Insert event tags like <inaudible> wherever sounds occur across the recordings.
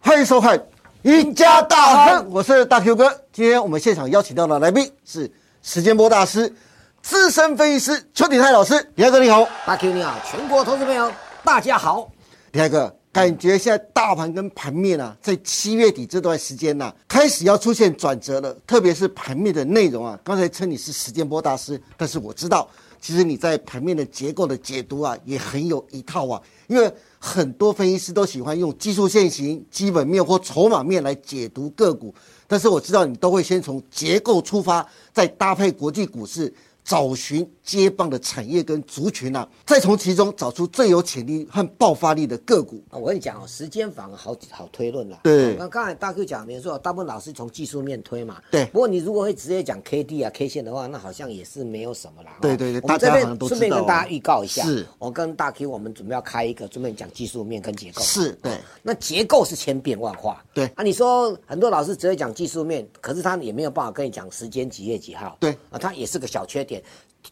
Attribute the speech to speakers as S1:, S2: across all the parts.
S1: 欢迎收看《赢家大亨》，我是大 Q 哥。今天我们现场邀请到的来宾是时间波大师、资深分析师邱鼎泰老师。鼎泰哥你好，
S2: 大 Q 你好，啊全国投资朋友大家好。
S1: 鼎泰哥，感觉现在大盘跟盘面啊，在七月底这段时间呐、开始要出现转折了，特别是盘面的内容啊。刚才称你是时间波大师，但是我知道，其实你在盘面的结构的解读啊，也很有一套啊，因为。很多分析师都喜欢用技术线型、基本面或筹码面来解读个股，但是我知道你都会先从结构出发，再搭配国际股市，找寻接棒的产业跟族群啊，再从其中找出最有潜力和爆发力的个股。
S2: 啊我跟你讲哦，时间反而好好推论啦。哦
S1: 对
S2: 那刚才大 Q 讲没错，大部分老师从技术面推嘛。
S1: 对
S2: 不过你如果会直接讲 K D 啊 K 线的话，那好像也是没有什么啦。哦
S1: 对对对
S2: 我们这
S1: 大家好像
S2: 边
S1: 都知道哦
S2: 顺便跟大家预告一下，
S1: 是
S2: 我跟大 Q 我们准备要开一个专门讲技术面跟结构。
S1: 是对
S2: 啊那结构是千变万化。
S1: 对
S2: 啊，你说很多老师只会讲技术面，可是他也没有办法跟你讲时间几月几号。
S1: 对
S2: 啊，他也是个小缺点。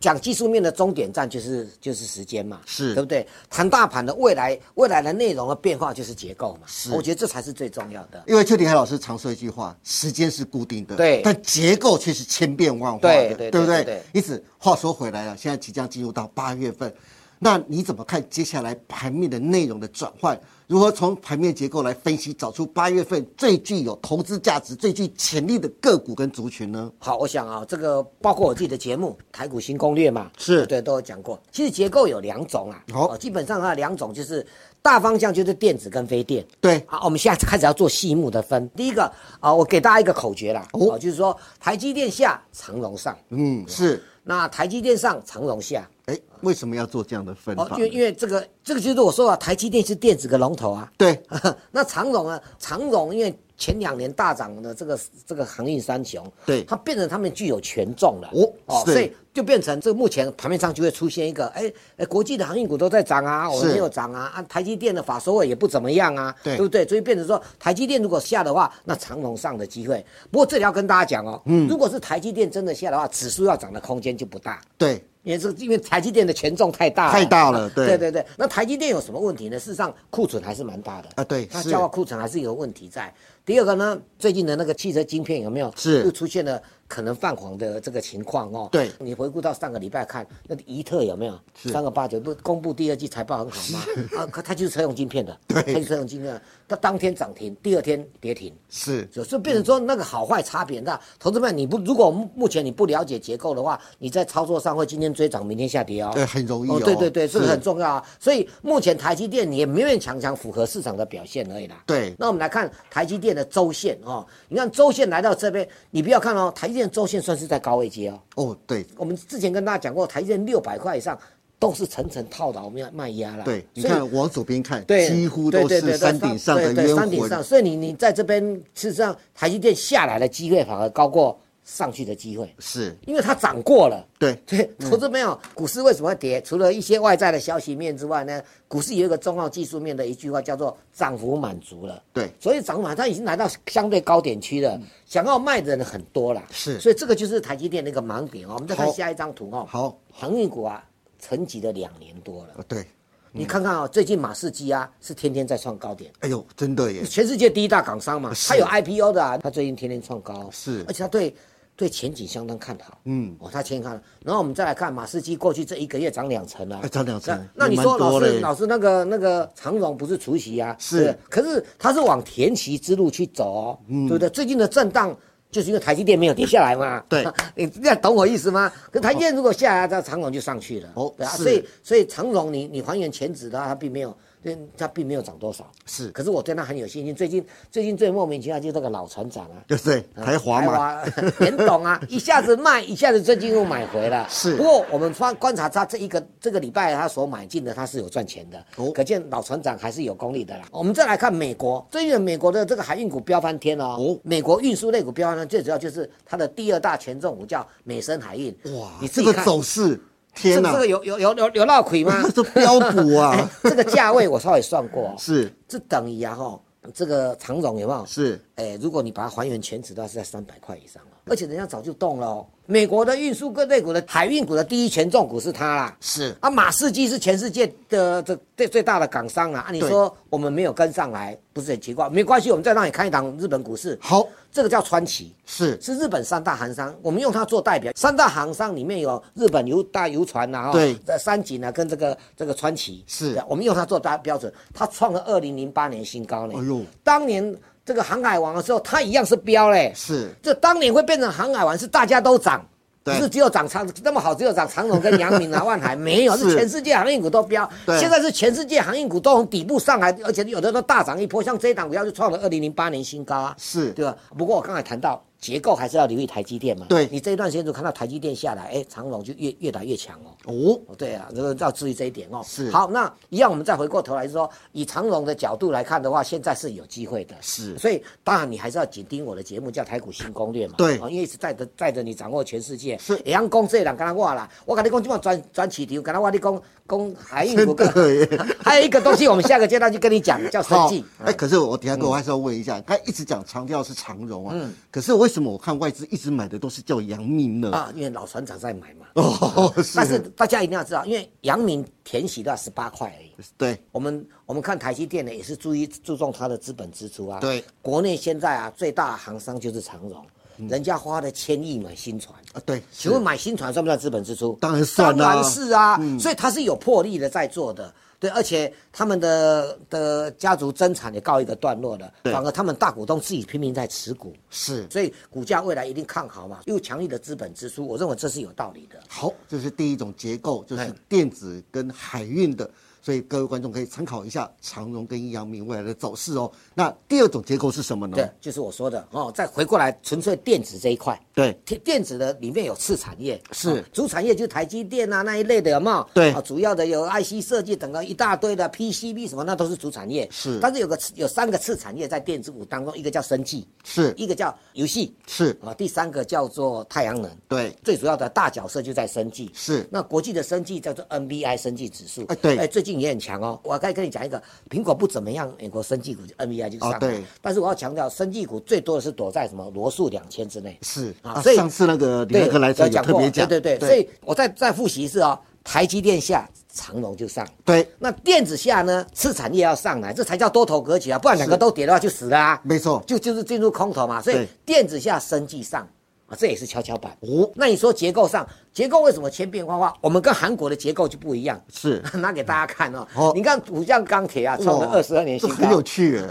S2: 讲技术面的终点站就是就是时间嘛，
S1: 是
S2: 对不对？对，谈大盘的未来，未来的内容的变化就是结构嘛。
S1: 是
S2: 我觉得这才是最重要的。
S1: 因为邱鼎海老师常说一句话：时间是固定的，
S2: 对
S1: 但结构却是千变万化的，
S2: 对对
S1: 不
S2: 对对对
S1: 因此，话说回来了，啊现在即将进入到八月份，那你怎么看接下来盘面的内容的转换？如何从盘面结构来分析，找出八月份最具有投资价值、最具潜力的个股跟族群呢？
S2: 好，我想啊，这个包括我自己的节目《台股新攻略》嘛，
S1: 是
S2: 对都有讲过。其实结构有两种啊，
S1: 好
S2: 哦基本上它有两种，就是大方向就是电子跟非电。
S1: 对
S2: 啊，我们现在开始要做细目的分。第一个啊，我给大家一个口诀啦，
S1: 哦
S2: 哦，就是说台积电下，长龙上；
S1: 嗯，是。
S2: 那台积电上，长龙下。
S1: 哎，为什么要做这样的分
S2: 哦
S1: 法，
S2: 因？为因为这个这个就是我说啊，台积电是电子的龙头啊，
S1: 对，
S2: <laughs> 那长荣呢？长荣因为前两年大涨的这个这个航运三雄，
S1: 对
S2: 它变成他们具有权重了。
S1: 哦是
S2: 所以就变成这个目前盘面上就会出现一个，哎哎，国际的航运股都在涨啊，我
S1: 是
S2: 们没有涨啊，啊，台积电的法说会也不怎么样啊，
S1: 对
S2: 不对？所以变成说，台积电如果下的话，那长荣上的机会。不过这里要跟大家讲哦，嗯，如果是台积电真的下的话，指数要涨的空间就不大。
S1: 对，
S2: 因为这个，因为台积电的权重太大了，啊
S1: 太大了对
S2: 对对对。那台积电有什么问题呢？事实上，库存还是蛮大的
S1: 啊对
S2: 它
S1: 是
S2: 消化库存还是有问题在。第二个呢，最近的那个汽车晶片有没有
S1: 是
S2: 又出现了可能泛黄的这个情况哦？
S1: 对
S2: 你回顾到上个礼拜看，那个怡特有没有
S1: 是
S2: 三个八九不公布第二季财报很好吗？啊，可它就是车用晶片的，
S1: 对
S2: 它就是车用晶片的，它当天涨停，第二天跌停，
S1: 是
S2: 有时候变成说那个好坏差别很大。投资们，你不如果目前你不了解结构的话，你在操作上会今天追涨，明天下跌哦。
S1: 对很容易哦
S2: 对对对，这个
S1: 是
S2: 很重要啊。所以目前台积电也勉勉强强符合市场的表现而已啦。
S1: 对
S2: 那我们来看台积电的周线哦，你看周线来到这边，你不要看哦，台积电周线算是在高位接哦。
S1: 哦，对，
S2: 我们之前跟大家讲过，台积电六百块以上都是层层套牢卖卖压啦。
S1: 对，你
S2: 啊所以
S1: 看往左边看，
S2: 对，
S1: 几乎都
S2: 对对
S1: 是
S2: 对
S1: 山顶上的
S2: 对对
S1: 冤
S2: 山顶
S1: 魂
S2: 上，。所以你你在这边，事实上台积电下来的机会反而高过上去的机会，
S1: 是，
S2: 因为它涨过了。
S1: 对，
S2: 对，投资朋友，股市为什么会跌？除了一些外在的消息面之外呢，股市有一个重要技术面的一句话叫做“涨幅满足了”。
S1: 对
S2: 所以涨幅满它已经来到相对高点区了，想要卖的人很多了。
S1: 嗯是
S2: 所以这个就是台积电的一个盲点哦。我们再看
S1: 好
S2: 下一张图哦。
S1: 好，
S2: 航运股啊，沉寂了两年多了。
S1: 呃对，
S2: 你看看啊、最近马士基啊是天天在创高点，
S1: 哎呦，真的耶，
S2: 全世界第一大港商嘛，
S1: 是
S2: 它有 IPO 的啊，它最近天天创高，
S1: 是
S2: 而且它对对前景相当看好，嗯，哦，它前景看好。然后我们再来看马士基过去这一个月涨两成啊
S1: 哎，涨两成
S2: 那那你
S1: 也蛮
S2: 说
S1: 多
S2: 老
S1: 嘞
S2: 师老师那个那个长荣不是除夕啊？
S1: 是
S2: 对可是它是往田崎之路去走哦，
S1: 嗯
S2: 对不对？最近的震荡。就是因为台积电没有跌下来嘛，
S1: 对
S2: <laughs> 你这样懂我意思吗？可台积电如果下来，它长荣就上去了，
S1: 哦
S2: 对啊，
S1: 是
S2: 所以所以长荣你你还原前值的话，它并没有，对它并没有涨多少。
S1: 是
S2: 可是我对他很有信心。最近最近最莫名其妙就是那个老船长啊，
S1: 就是台华嘛，
S2: 啊，严
S1: <laughs>
S2: 董啊，一下子卖，一下子最近又买回了。
S1: 是
S2: 不过我们观观察他这一个这个礼拜他所买进的，他是有赚钱的，
S1: 哦
S2: 可见老船长还是有功力的啦。我们再来看美国，最近的美国的这个海运股飙翻天哦。
S1: 哦
S2: 美国运输类股飙翻天，最主要就是它的第二大权重股叫美森海运。
S1: 哇，
S2: 你
S1: 这
S2: 自己
S1: 个
S2: 看
S1: 走啊势，天
S2: 这
S1: 哪
S2: 个，哎有有有有有闹
S1: <laughs>？
S2: 亏吗，
S1: 这标普啊
S2: 这个价位我稍微算过、哦，
S1: 是
S2: 这等于啊哈，这个长荣有没有？
S1: 是
S2: 哎，如果你把它还原全值的话，是在三百块以上了，而且人家早就动了、哦，美国的运输各类股的海运股的第一权重股是它啦。
S1: 是
S2: 啊，马士基是全世界的这最最大的港商啦。啊，你
S1: 对
S2: 说我们没有跟上来，不是很奇怪？没关系，我们再让你看一档日本股市。
S1: 好，
S2: 这个叫川崎。
S1: 是
S2: 是日本三大航商，我们用它做代表。三大航商里面有日本游大游船呐、啊，
S1: 对
S2: 这三井啊，跟这个这个川崎
S1: 是
S2: 对我们用它做大标准，它创了二零零八年新高呢。
S1: 哎呦
S2: 当年这个航海王的时候，它一样是标嘞。
S1: 是
S2: 这当年会变成航海王是大家都涨。不
S1: 对
S2: 是只有涨长那么好，只有涨长荣跟阳明
S1: <laughs>
S2: 啊、万海没有，是
S1: 是
S2: 全世界航运股都飙。
S1: 对
S2: 现在是全世界航运股都从底部上来，而且有的都大涨一波，像这一档股票就创了二零零八年新高啊。
S1: 是
S2: 对吧？不过我刚才谈到结构，还是要留意台积电嘛。
S1: 对
S2: 你这一段时间就看到台积电下来，哎，长龙就越越来越强哦。
S1: 哦，
S2: 哦，对啊，这个要注意这一点哦。
S1: 是
S2: 好，那一样，我们再回过头来说，以长荣的角度来看的话，现在是有机会的。
S1: 是
S2: 所以当然你还是要紧盯我的节目，叫《台股新攻略》嘛。
S1: 对
S2: 哦因为是带着带着你掌握全世界。
S1: 是
S2: 会晓讲这人敢若我啦，我跟你讲，今晚转转起头，敢若我你讲讲海运股，
S1: 真的耶
S2: 还有一个东西，我们下个阶段就跟你讲，叫生
S1: 好
S2: 计。，
S1: 哎，可是我等一
S2: 嗯
S1: 下我还是要问一下，他一直讲强调是长荣啊，可是为什么我看外资一直买的都是叫阳明呢？
S2: 啊，因为老船长在买嘛。
S1: <laughs> 哦，
S2: 但是大家一定要知道，因为阳明填息都要十八块而已。
S1: 对，
S2: 我们我们看台积电呢，也是注意注重它的资本支出啊。
S1: 对，
S2: 国内现在啊，最大的行商就是长荣，
S1: 嗯
S2: 人家花了千亿买新船。
S1: 啊对，
S2: 请问买新船算不算资本支出？
S1: 当然算啊
S2: 当然是啊，所以它是有魄力的在做的。对，而且他们的的家族增产也告一个段落了，
S1: 对
S2: 反而他们大股东自己拼命在持股，
S1: 是
S2: 所以股价未来一定看好嘛，又强力的资本支出，我认为这是有道理的。
S1: 好，这是第一种结构，就是
S2: 哎
S1: 电子跟海运的，所以各位观众可以参考一下长荣跟阳明未来的走势哦。那第二种结构是什么呢？
S2: 对，就是我说的哦。再回过来，纯粹电子这一块，
S1: 对
S2: 电电子的里面有次产业，
S1: 是
S2: 哦主产业就是台积电啊那一类的，有没有？
S1: 对
S2: 哦主要的有 IC 设计，整个一大堆的 PCB 什么，那都是主产业。
S1: 是
S2: 但是有个次有三个次产业在电子股当中，一个叫生技，
S1: 是
S2: 一个叫游戏，
S1: 是，
S2: 啊，第三个叫做太阳能。
S1: 对，
S2: 最主要的大角色就在生技，
S1: 是
S2: 那国际的生技叫做 NBI 生技指数，
S1: 哎对
S2: 最近也很强哦。我该跟你讲一个，苹果不怎么样，美国生技股就 NBI 就上来、
S1: 哦对
S2: 但是我要强调，生技股最多的是躲在什么罗素两千之内，
S1: 是
S2: 啊，
S1: 啊
S2: 所以
S1: 上次那个李克莱特
S2: 对有
S1: 有特
S2: 过
S1: 别讲
S2: 对对对，
S1: 对
S2: 所以我再再复习一次哦，台积电下，长隆就上。
S1: 对，
S2: 那电子下呢，次产业要上来，这才叫多头格局啊！不然两个都跌的话就死了啊！
S1: 没错
S2: 就就是进入空头嘛。所以
S1: 对
S2: 电子下生计上啊，这也是跷跷板。
S1: 哦
S2: 那你说结构上，结构为什么千变万化？我们跟韩国的结构就不一样。
S1: 是
S2: <laughs> 拿给大家看哦。
S1: 好
S2: 你看五项钢铁啊，创了
S1: 哇
S2: 二十二年新
S1: 这
S2: 高， <laughs>
S1: 很有趣耶，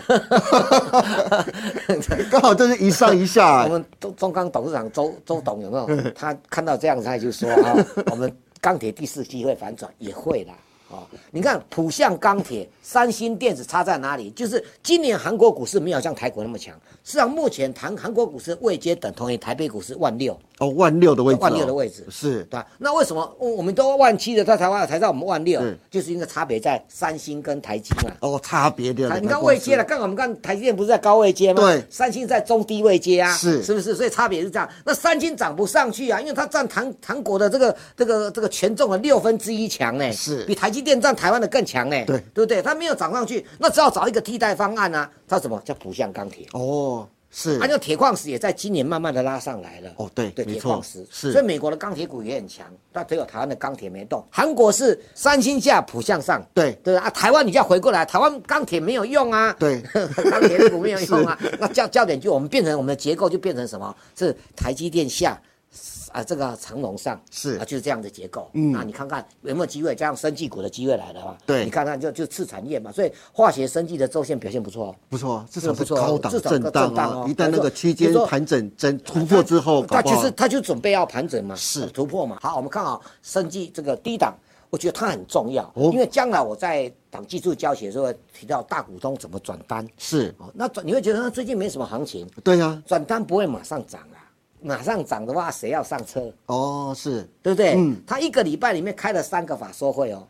S1: 刚好就是一上一下
S2: <laughs> 我
S1: 耶，
S2: 们中中钢董事长周周董有没有？他看到这样子，他就说啊、我们钢铁第四季会反转，也会啦。哦，你看浦项钢铁、三星电子差在哪里？就是今年韩国股市没有像台股那么强，事实上目前韩韩国股市位阶等同于台北股市万六，
S1: 哦，万六的位置哦，
S2: 万六的位置
S1: 是
S2: 对吧？那为什么我我们都万七的，在台湾才到我们万六
S1: 是，
S2: 就是因为差别在三星跟台积嘛。
S1: 哦，差别的两个
S2: 台啊你看
S1: 公司
S2: 位阶了，刚好我们看台积电不是在高位阶吗？
S1: 对
S2: 三星在中低位阶啊，
S1: 是
S2: 是不是？所以差别是这样。那三星涨不上去啊，因为它占韩韩国的这个这个这个权重的六分之一强呢，
S1: 是
S2: 比台积电占台湾的更强呢，
S1: 对
S2: 对不对？它没有涨上去，那只好找一个替代方案啊，叫什么叫浦项钢铁。
S1: 哦，是
S2: 它、啊、，就铁矿石也在今年慢慢的拉上来了。
S1: 哦对
S2: 对，
S1: 没
S2: 铁
S1: 错
S2: 矿石
S1: 是
S2: 所以美国的钢铁股也很强，但只有台湾的钢铁没动。韩国是三星下普向上，
S1: 对
S2: 对啊，台湾你就要回过来，台湾钢铁没有用啊，
S1: 对
S2: <laughs> 钢铁股没有
S1: <laughs>
S2: 用啊。那焦焦点就我们变成我们的结构就变成什么？是台积电下。啊，这个长龙上
S1: 是
S2: 啊，就是这样的结构。嗯，那你看看有没有机会，加上生技股的机会来了啊？
S1: 对
S2: 你看看就就次产业嘛，所以化学生技的周线表现不错哦。
S1: 不错，至
S2: 这个
S1: 少
S2: 不
S1: 是
S2: 错
S1: 高档
S2: 至少
S1: 震
S2: 高震荡
S1: 荡
S2: 哦
S1: 哦。一旦那
S2: 没错
S1: 个区
S2: 就
S1: 间
S2: 是说
S1: 盘整整突破之后，搞
S2: 他
S1: 不好
S2: 就是他就准备要盘整嘛，
S1: 是
S2: 突破嘛。好，我们看好生技这个低档，我觉得它很重要，
S1: 哦
S2: 因为将来我在党技术教学的时候提到大股东怎么转单，
S1: 是，
S2: 哦，那转你会觉得它最近没什么行情，
S1: 对啊呀，
S2: 转单不会马上涨啊，马上涨的话谁要上车，
S1: 哦，是
S2: 对不对？嗯，他一个礼拜里面开了三个法说会哦，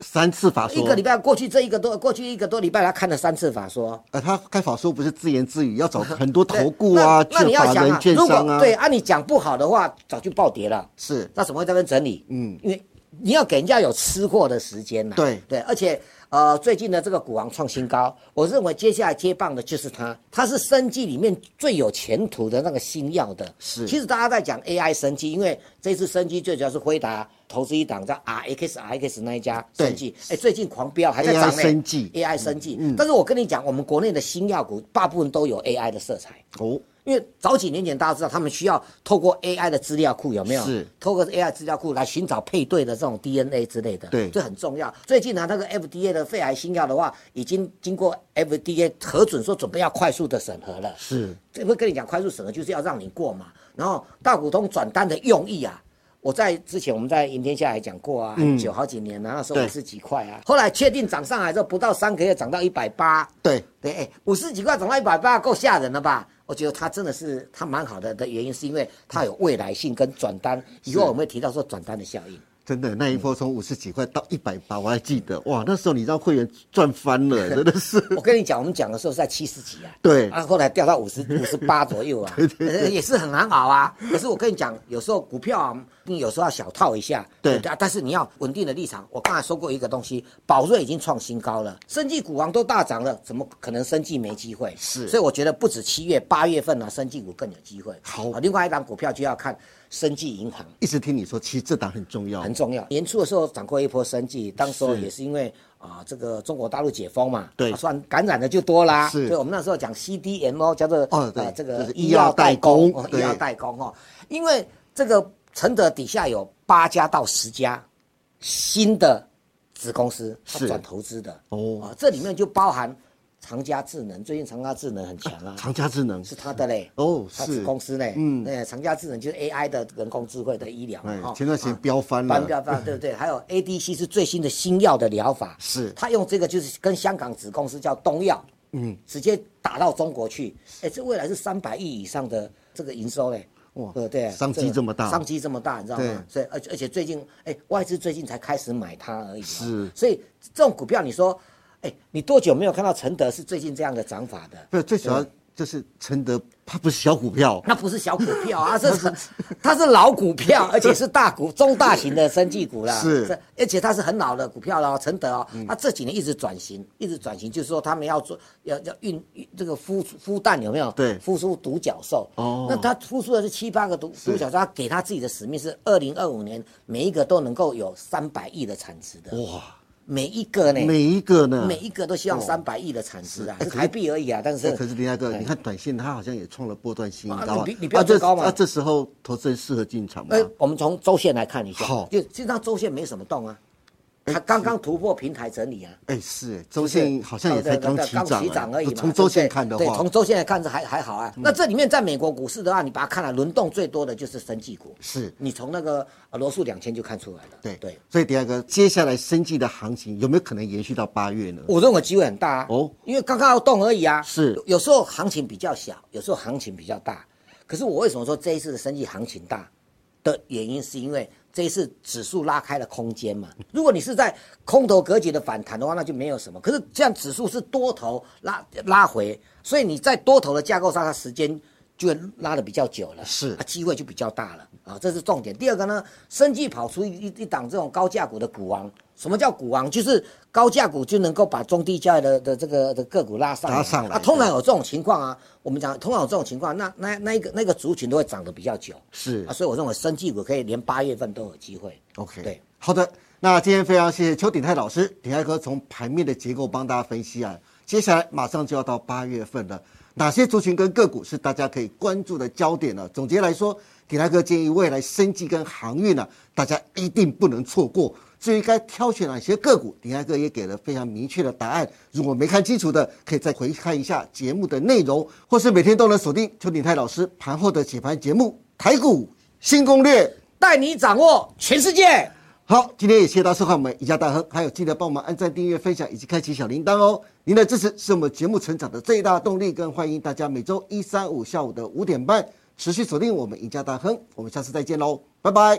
S1: 三次法说
S2: 一个礼，拜过去这一个多过去一个多礼拜他看了三次法说，
S1: 呃，他开法说不是自言自语，要找很多
S2: 对
S1: 投顾啊、
S2: 那那
S1: 去
S2: 你要
S1: 法
S2: 想
S1: 人
S2: 啊，、
S1: 券
S2: 如
S1: 商
S2: 果
S1: 啊，
S2: 对，按、啊、你讲不好的话，早就暴跌了。
S1: 是
S2: 那怎么会在那边整理？嗯，因为你要给人家有吃货的时间呐、
S1: 对
S2: 对，而且呃，最近的这个股王创新高，我认为接下来接棒的就是它，它是生技里面最有前途的那个新药的。
S1: 是
S2: 其实大家在讲 AI 生技，因为这次生技最主要是辉达投资一档叫 RX RX 那一家
S1: 对
S2: 生技，哎，最近狂飙还在涨
S1: AI
S2: 呢。
S1: 生技嗯
S2: AI 生技，但是我跟你讲，我们国内的新药股大部分都有 AI 的色彩。
S1: 哦，
S2: 因为早几年前大家知道，他们需要透过 AI 的资料库有没有？
S1: 是
S2: 透过 AI 资料库来寻找配对的这种 DNA 之类的，
S1: 对
S2: 这很重要。最近呢、那个 FDA 的肺癌新药的话，已经经过 FDA 核准，说准备要快速的审核了。
S1: 是
S2: 这会跟你讲，快速审核就是要让你过嘛。然后大股东转单的用意啊，我在之前我们在赢天下也讲过啊，很久好几年了、那时候
S1: 嗯对
S2: 五十几块啊，后来确定涨上来之后，不到三个月涨到一百八，
S1: 对，
S2: 对，哎，五十几块涨到一百八，够吓人了吧？我觉得它真的是它蛮好的的原因，是因为它有未来性跟转单。以后我们会提到说转单的效应。
S1: 真的那一波从五十几块到一百八，我还记得，哇，那时候你让会员赚翻
S2: <laughs>
S1: 了，真的是。
S2: 我跟你讲，我们讲的时候是在七十几啊，
S1: 对
S2: 啊，后来掉到
S1: <laughs>
S2: 五十五十八左右啊，呃也是很难熬啊。可是我跟你讲，有时候股票啊，你有时候要小套一下，
S1: 对
S2: 啊，但是你要稳定的立场。我刚才说过一个东西，宝瑞已经创新高了，生技股王都大涨了，怎么可能生技没机会？
S1: 是
S2: 所以我觉得不止七月、八月份呢、啊，生技股更有机会。
S1: 好
S2: 啊另外一档股票就要看生技银行。
S1: 一直听你说，其实这档很重要
S2: 很，重要。年初的时候涨过一波生计，当时候
S1: 是
S2: 也是因为啊、这个中国大陆解封嘛，
S1: 对
S2: 啊算感染的就多啦。
S1: 是
S2: 对，我们那时候讲 CDMO 叫做
S1: 哦对
S2: 呃这
S1: 就
S2: 个
S1: 是
S2: 医
S1: 医药
S2: 药代
S1: 代工
S2: 工，哦医
S1: 对
S2: 药代工哦，因为这个承德底下有八家到十家新的子公司，它
S1: 是
S2: 转投资的
S1: 哦
S2: 啊这里面就包含长嘉智能，最近长嘉智能很强啊，
S1: 长嘉智能
S2: 是他的嘞，
S1: 哦
S2: 他子
S1: 是
S2: 公司嘞，嗯，那长嘉智能就是 AI 的人工智慧的医疗嘛
S1: 哎，
S2: 哈
S1: 前段时间
S2: 啊
S1: 飙翻了
S2: 翻标翻，对不对？还有 ADC 是最新的新药的疗法，
S1: 是
S2: 他用这个就是跟香港子公司叫东药，嗯，直接打到中国去，哎，这未来是三百亿以上的这个营收嘞。
S1: 哇
S2: 对不对？
S1: 商机
S2: 个
S1: 这么大
S2: 商机这么大，你知道
S1: 对
S2: 吗？所以，而且而且最近，哎，外资最近才开始买它而已啊。
S1: 是
S2: 所以这种股票，你说，哎，你多久没有看到承德是最近这样的涨法的？
S1: 不是最主要就是承德，它不是小股票，
S2: 那不是小股票啊，是它是老股票，而且是大股中大型的生技股啦。
S1: 是嗯
S2: 这，而且它是很老的股票了哦，承德哦，它这几年一直转型，一直转型，就是说他们要做要要运运这个孵孵蛋有没有？
S1: 对
S2: 孵出独角兽。
S1: 哦
S2: 那它孵出的是七八个独独角兽，它给它自己的使命是二零二五年每一个都能够有三百亿的产值的，
S1: 哇，
S2: 每一个呢，
S1: 每一个呢，
S2: 哎每一个都希望三百亿的产值啊，
S1: 是哎
S2: 是
S1: 可是
S2: 台币而已啊，但是
S1: 哎可是林大哥，你看短线它好像也创了波段新高
S2: 啊
S1: 啊
S2: 你你，你不
S1: 啊
S2: 要
S1: 这
S2: 追高嘛
S1: 啊这时候投资人适合进场吗
S2: 哎、？我们从周线来看一下，
S1: 好
S2: 就其实它周线没什么动啊，它刚刚突破平台整理啊。
S1: 哎，是哎周线好像也才
S2: 哦对对
S1: 刚
S2: 对
S1: 起涨啊
S2: 起涨而已嘛。
S1: 从周线
S2: 对不对
S1: 看的
S2: 对，
S1: 话嗯
S2: 从，周线来看是还还好啊。那这里面在美国股市的话，你把它看了，轮动最多的就是生技股，
S1: 是
S2: 你从那个呃罗素两千就看出来了。
S1: 对
S2: 对，，
S1: 所以第二个，接下来生计的行情有没有可能延续到八月呢？
S2: 我认为机会很大啊。
S1: 哦
S2: 因为刚刚要动而已啊。
S1: 是
S2: 有，有时候行情比较小，有时候行情比较大。可是我为什么说这一次的升绩行情大的原因，是因为这一次指数拉开了空间嘛。如果你是在空头格局的反弹的话，那就没有什么。可是这样指数是多头拉拉回，所以你在多头的架构上，它时间。就会拉的比较久了，
S1: 是
S2: 啊机会就比较大了啊，这是重点。第二个呢，生技跑出一一一档这种高价股的股王，什么叫股王？就是高价股就能够把中低价的的这个的个股拉上来，
S1: 拉上来
S2: 啊，通常有这种情况啊，我们讲通常有这种情况，那那那一个那个族群都会涨得比较久，
S1: 是
S2: 啊，所以我认为生技股可以连八月份都有机会。
S1: OK，
S2: 对，
S1: 好的，那今天非常谢谢邱鼎泰老师，鼎泰哥从盘面的结构帮大家分析啊，接下来马上就要到八月份了，哪些族群跟个股是大家可以关注的焦点呢、总结来说，鼎泰哥建议未来生技跟航运呢、大家一定不能错过。至于该挑选哪些个股，鼎泰哥也给了非常明确的答案。如果没看清楚的，可以再回看一下节目的内容，或是每天都能锁定邱鼎泰老师盘后的解盘节目《台股新攻略》。
S2: 带你掌握全世界。
S1: 好，今天也谢谢大家收看我们宜家大亨，还有记得帮我们按赞、订阅、分享以及开启小铃铛哦。您的支持是我们节目成长的最大动力，更欢迎大家每周一、三、五下午的五点半持续锁定我们宜家大亨。我们下次再见喽，拜拜。